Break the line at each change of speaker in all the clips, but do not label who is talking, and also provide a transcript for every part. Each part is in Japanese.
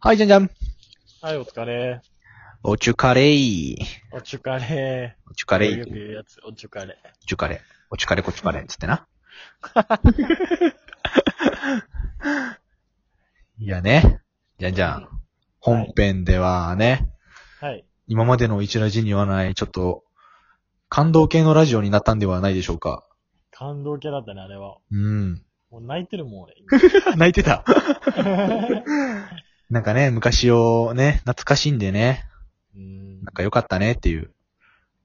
はい、じゃんじゃん。
はい、お疲れ。
おちゅかれい。
おちゅかれ。
おちゅかれい。
よ
お
く言うやつ、おちゅかれ。
ちゅかれ。おちゅかれこちゅかれ。つって な。いやね。じゃんじゃん。本編ではね、
はい。
今までの一ラジにはない、ちょっと、感動系のラジオになったんではないでしょうか。
感動系だったね、あれは。
うん。
もう泣いてるもん、俺。
泣いてた。 なんかね、昔をね、懐かしんでね、
うん
なんか良かったねっていう。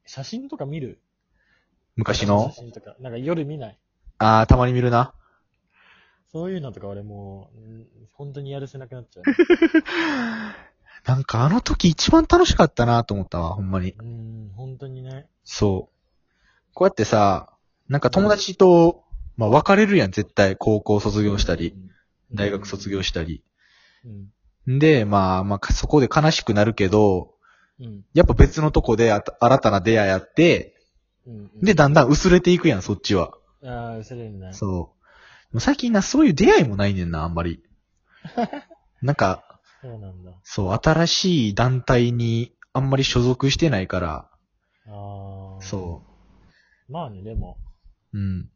写真とか見る
昔の
写、真とか。なんか夜見ない。
あー、たまに見るな。
そういうのとか俺もう、うん本当にやるせなくなっちゃう。
なんかあの時一番楽しかったなと思ったわ、ほんまに。
うん、本当にね。
そう。こうやってさ、なんか友達と、まあ別れるやん、絶対。高校卒業したり、
うん、
大学卒業
し、
したり。
うん。
んで、まあまあそこで悲しくなるけど、
うん。
やっぱ別のとこであた新たな出会いあって、
うん。うん
で、、だんだん薄れていくやん、そっちは。
ああ、薄れるね。
そう。でも最近な、そういう出会いもないねんな、あんまり。なんか、
そうなんだ。
そう、新しい団体にあんまり所属してないから、
ああ。。
そう
まあね、でも、
う。うん。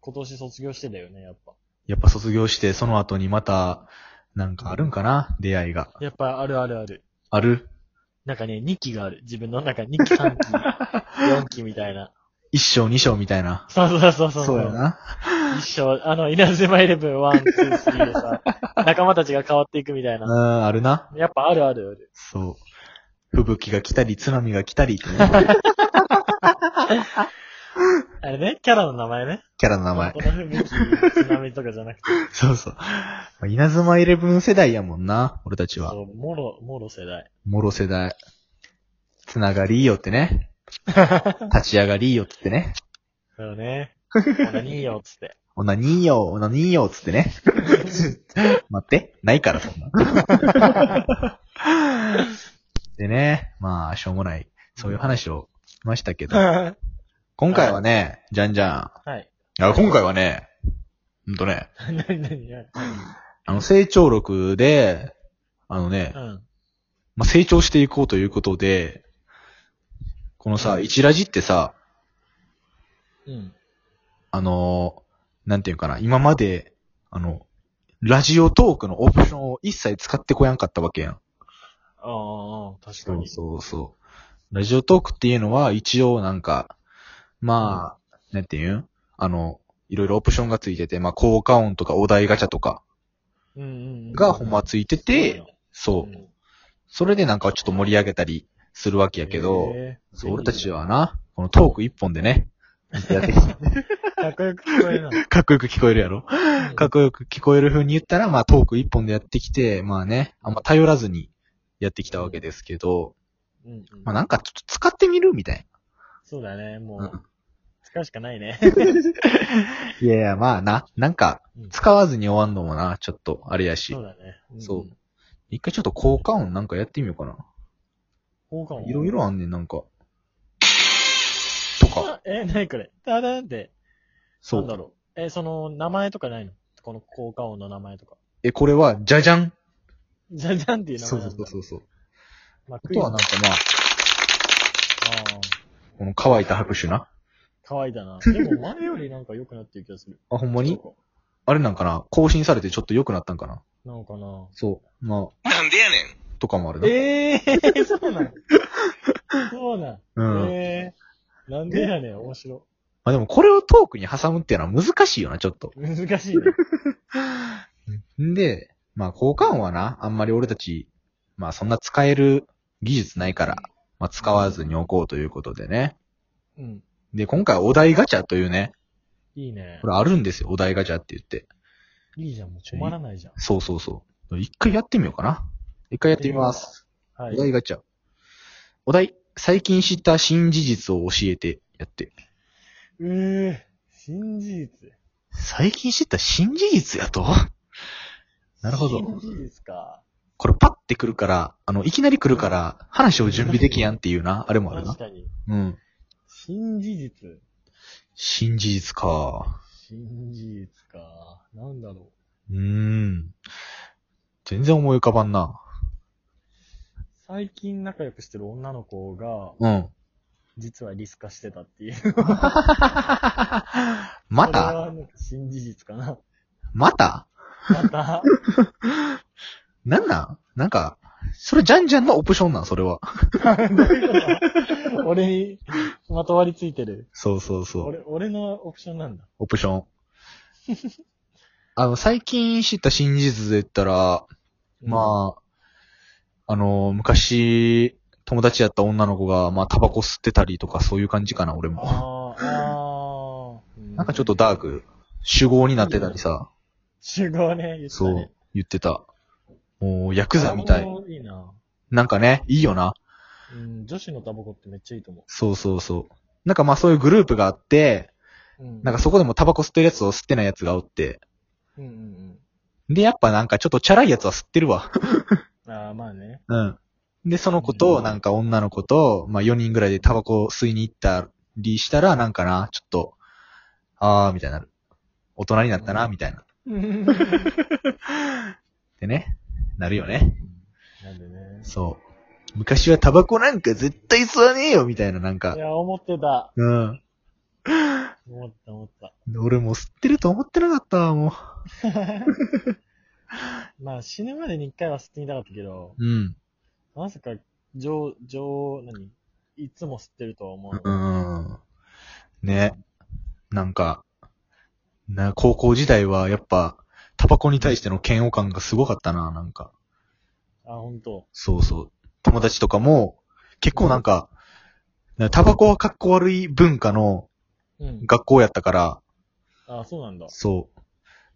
今年卒業してだよね、やっぱ。
やっぱ卒業して、その後にまた、なんかあるんかな出会いが。
やっぱあるあるある。
ある
なんかね、2期がある。自分の中2期、3期、4期 みたいな。
一章二章みたいな。
そうそうそうそう。
そうや。な。
一生、あの、稲妻イレブン、ワン、ツー、スリーでさ、仲間たちが変わっていくみたいうな。
ん、あるな。
やっぱあるあるある。
そう。吹雪が来たり、津波が来たりってね
あれね、キャラの名前ね。
キャラの名前
こ。の雰囲気、津波とかじゃなくて、
そうそう。まあ稲妻イレブン世代やもんな、俺たちは。
そう、もろ、もろ 世代。
もろ世代。つながりいいよってね。立ち上がりいいよって言ってね。
だよね。何いいよ、つって。
おなにいよ、おなにいよ、つってね。待って、ないから、そんな。 でね、まあ、しょうもない、そういう話をしましたけど、
は
今回はね、じゃんじゃ
い。
ん。あ今回はね、ほんとね、
何何はい
あの、成長録で、あのね
う、ん。
まあ、成長していこうということで、このさ、一ラジってさ、
うん。
あのー、なんていうかな、今まで、あの、ラジオトークのオプションを一切使ってこやんかったわけやん。
ああ、確かに。
そうそう。ラジオトークっていうのは一応なんか、まあ、なんていうんあの、いろいろオプションがついてて、まあ効果音とかお題ガチャとか
うんうんうん。
がほんまついてて、
そ
そうう。
よ、
それでなんかちょっと盛り上げたりするわけ
や
やけど、、そう、俺たち
は。
はな、このトーク一本でね、やってき て
かっこよく聞こえるな。
かっこよく聞こえるやろ かっこよく聞こえる風に言ったら、まあトーク一本でやってきて、まあね、あんま頼らずにやってきたわけですけど、
うんうん
まあなんかちょっと使ってみるみたいな。
そうだね、も
うん
う、使うしかな いね。
いやいや、まあな、なんか、使わずに終わんのもな、ちょっと、あれやし
そう。だね。ん
そう。一回ちょっと効果音なんかやってみようかな。
効果音。
いろいろあんねん、なんか。とか、
あ。え、なにこれただんって、
そ
なんだ
う。
ろう。え、その、名前とかないのこの効果音の名前とか。
え、これは、じゃじゃん。
じゃじゃんっていう名
そ
前
う
な
そ
ん
う
だ。
そうそうそう。
まあ、
あとはなん
クイ
かまあ、
ズあ
この乾いた拍手な。
あ、かわい だな。でも前よりなんか良くなってる気がする。
あ、ほんまに
そうか
あれなんかな更新されてちょっと良くなったんかな
なのかな
そう。まあ。なんでやねんとかもあるな。
ええー、 そうなんそうなん。
うん。
ええー。なんでやねん、面白。
まあでもこれをトークに挟むっていうのは難しいよな、ちょっと。
難しいね。
んで、まあ、交換音はな、あんまり俺たち、まあ、そんな使える技術ないから、まあ、使わずにおこうということでね。
うん。
で、今回お題ガチャというね、
いいね
こ。れあるんですよ、お題ガチャって言って。
いいじゃん、もう困らないじゃん。
そうそうそう。一回やってみようかな。一回やってみます。
は
お
い。
題ガチャ。お題、最近知った新事実を教えて、やって。
ええ新事実。
最近知った新事実やとなるほど
新事実か。
これパッて来るから、あの、いきなり来るから、話を準備できやんっていうな、あれもあるな
確。かに。
うん。
新事実。
新事実か。
新事実か。なんだろ
うーん。全然思い浮かばんな。
最近仲良くしてる女の子が、
うん。
実はリス化してたっていう。
ま
これ
た
はなんか新事実かな。
また
また
なんなんなんか、それじゃんじゃんのオプションなん、それは。
俺にまとわりついてる。
そうそうそう。
俺、俺のオプションなんだ。
オプション。 あの、最近知った真実で言ったら、まあ、あの、昔、友達やった女の子が、まあ、タバコ吸ってたりとか、そういう感じかな、俺
あ
も。
あー、あー
なんかちょっとダー。ク、主語になってたりさ、
集合ね、言ってた
そ
ね
う。、言ってた。もう、ヤクザみた
タ
い。
バコいいな。
なんかね、いいよな。
うん、女子のタバコってめっちゃいいと思
そうそうそう。なんかまあ、そういうグループがあって、
う。うん。
なんかそこでもタバコ吸ってるやつを吸ってないやつがおって、
うんうん
で、やっぱなんかちょっとチャラいやつは吸ってるわ。
うん。ああ、まあね。
うん。で、その子と、
うん
なんか女の子と、まあ4人ぐらいでタバコ吸いに行ったりしたら、なんかな、ちょっと、あー、みたいになる。大人になったな、
うん
みたいな。
な
でね、なるよね。
んでね。
そう。昔はタバコなんか絶対吸わねえよ、みたいな、なんか
い。や、思ってた。
うん。
思った思った。
俺もう吸ってると思ってなかったわ、も
まあ、死ぬまでに一回は吸ってみたかったけど、
う。うん。
まさか、上、上、何いつも吸ってるとは思う。
うん。ね。なんか、な、高校時代はやっぱ、タバコに対しての嫌悪感がすごかったな、なんか。
あ、ほんと。
そうそう。友達とかも、結構なんか、タバコは格好悪い文化の
うん。
学校やったから、
あ、そうなんだ。
そう。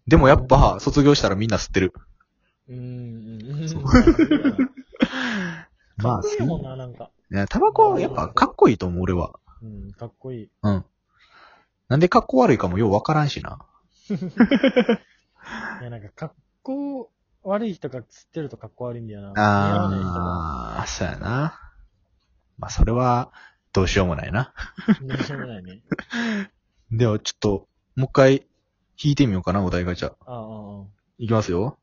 でもやっぱ、卒業したらみんな吸ってる。
うーん、うん、うん。
そう
ま
ま
あ、
あ、
そう
そ
やも
うん
な、なんか。
いやタバコはやっぱかっこいいと思う、俺は。
うん、かっこいい。
うん。なんでかっこ悪いかもようわからんしな。
いや、なんか、かっこ悪い人が吸ってるとかっこ悪いんだよな。似合わない人
あ
が
ー、そうやな。まあ、それは、どうしようもないな。
どうしようもないね。
では、ちょっと、もう一回、弾いてみようかな、お題ガチャ。
ああ、
いきますよ。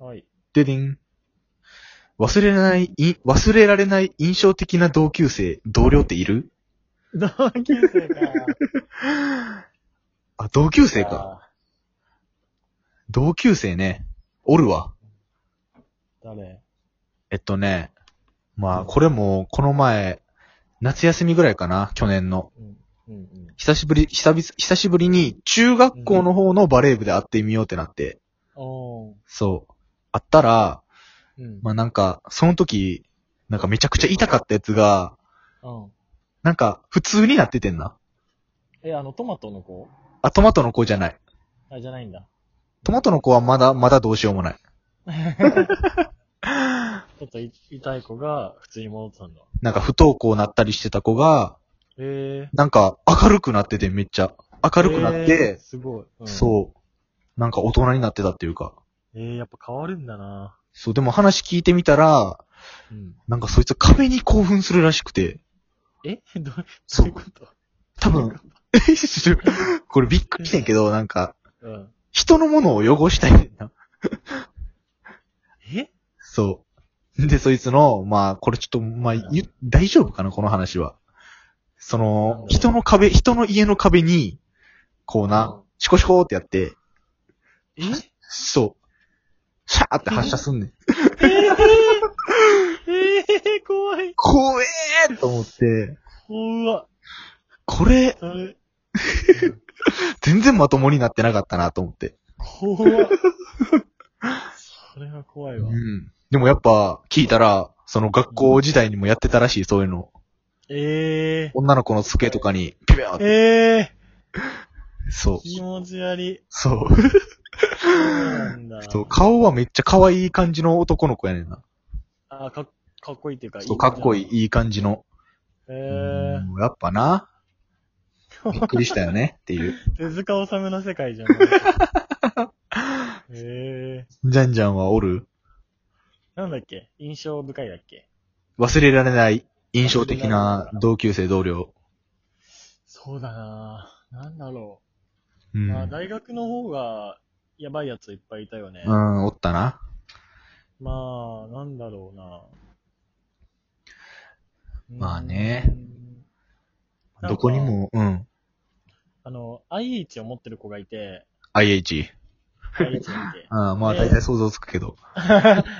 ああ。はい。
ででん。忘れられない、い忘れられない印象的な同級生、同僚っている
同級生か。
あ、同級生か。
あ
同級生ね。おるわ。
ー。誰
えっとね。まあ、これも、この前、夏休みぐらいかな、去年の。
うん、うん、うん。
久しぶり、久々、久しぶりに、中学校の方のバレー部で会ってみようってなって。
おー。
そう。会ったら、
うん。
まあなんか、その時、なんかめちゃくちゃ痛かったやつが、
うん。
なんか、普通になっててんな。
え、あの、トマトの子
あ、トマトの子じゃない。
あ、じゃないんだ。
トマトの子はまだ、まだどうしようもない。
ちょっとい痛い子が普通に戻ってたんだ。
なんか不登校なったりしてた子が、
ええ
なんか明るくなっててめっちゃ。明るくなって、
すごい。うん
そう。なんか大人になってたっていうか。
えー、やっぱ変わるんだな
そう、でも話聞いてみたら、
うん。
なんかそいつ壁に興奮するらしくて、
え どう
そう
どういうこと
多分、 えちょこれびっくりしてんけど、なんか、
うん。
人のものを汚したいねんな。
え
そう。で、そいつの、まあ、これちょっと、まあ、ゆ大丈夫かなこの話は。その、人の壁、人の家の壁に、こうな、シコシコってやって、
え
そう。シャーって発射すんねん。
えー、えー、怖い。
怖えーと思って、
怖っ。
これ、
そ れ、
全然まともになってなかったなと思って。
怖っ。それは怖いうわ。
ん。でもやっぱ、聞いたら、その学校時代にもやってたらしい、そういうの。
ええ
女の子の付けとかに、ピューンっ
ー、
て。
ええ
そう
ー、。気持ち悪い。
そう。
そうなんだ。
そう顔はめっちゃ可愛い感じの男の子やねんな。
あーかっ、かっこいいっていうか、
そう、かっこい
い。
い、いい感じの。
ええ
うんやっぱな、びっくりしたよ ね、っていう。
手塚治虫の世 界じゃん。ええ
じゃんじゃんはおる
なんだっけ印象深いだっけ
忘れられない印象的な同級生同僚。
そうだなぁ。なんだろ
う
う。
ん。
まあ、大学の方が、やばいやついっぱいいたよね。
うん、おったな。
まあ、なんだろうな。
まあね
うん。なんか
どこに。も、うん。
あの、IH を持ってる子がい て、
IH。。
IH がいて
ああまあ
ね
大体想像つくけど。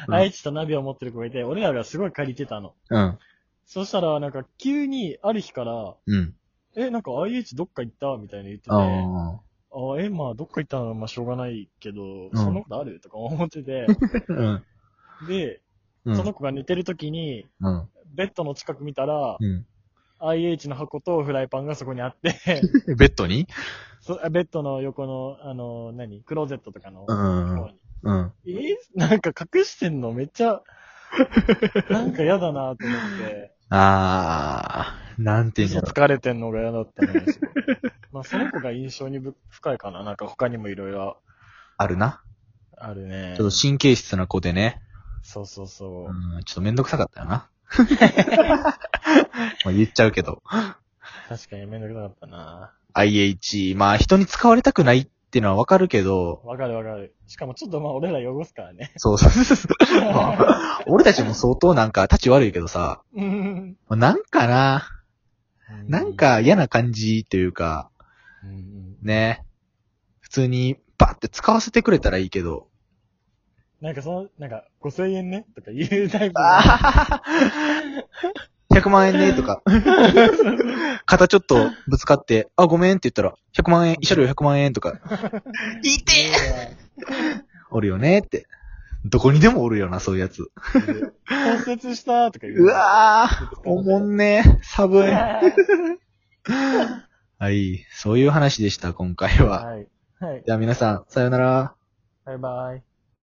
ん
IH とナビを持ってる子がいて、俺らがすごい借りてたの。
うん。
そしたら、なんか急に、ある日から、
うん。
え、なんか IH どっか行ったみたいな言ってて、あ
あ
え、まあどっか行ったのはまあしょうがないけど、
うん
そんなことあるとか思って て、
あ。うん。
で、
うん
その子が寝てる時に、
うん。
ベッドの近く見たら、
うん。
IH の箱とフライパンがそこにあって、
ベッドに
そベッドの横の、あの、何クローゼットとかの
う。ん
方に
うん。
えなんか隠してんのめっ ちゃ、なんか嫌だなと思って。
ああ、なんていうん
嘘
だろ
疲れてんのが嫌だったのですごい まあ、その子が印象にぶ深いかな。なんか他にもいろいろ
う。あるな。
あるね
ち。ょっと神経質な子でね。
そうそうそうう。
ん、ちょっとめんどくさかったよ な。まあ言っちゃうけど。
確かにめんどくさかったな。
IH、まあ人に使われたくないっていうのはわかるけど、
わかるわかる。しかもちょっとまあ俺ら汚すからね。
そうそうそうそう。 まあ俺たちも相当なんか、立ち悪いけどさ、
うん
まあなんかな、なん、か嫌な感じというか、
うんうん
ね。普通に、バって使わせてくれたらいいけど。
なんかその、なんか5000円ねとか言うタイプの。
ああ !100 万円ね、とか。肩ちょっとぶつかって、あ、ごめんって言ったら、100万円、慰謝料100万円とか。いて
いや
おるよねって。どこにでもおるよな、そういうやつ。
骨折したとか言う。
うわぁ、おもんねえ、 寒い。はい、そういう話でした、今回は。
はい。はい。
じゃあ皆さん、さよなら。
バイバイ。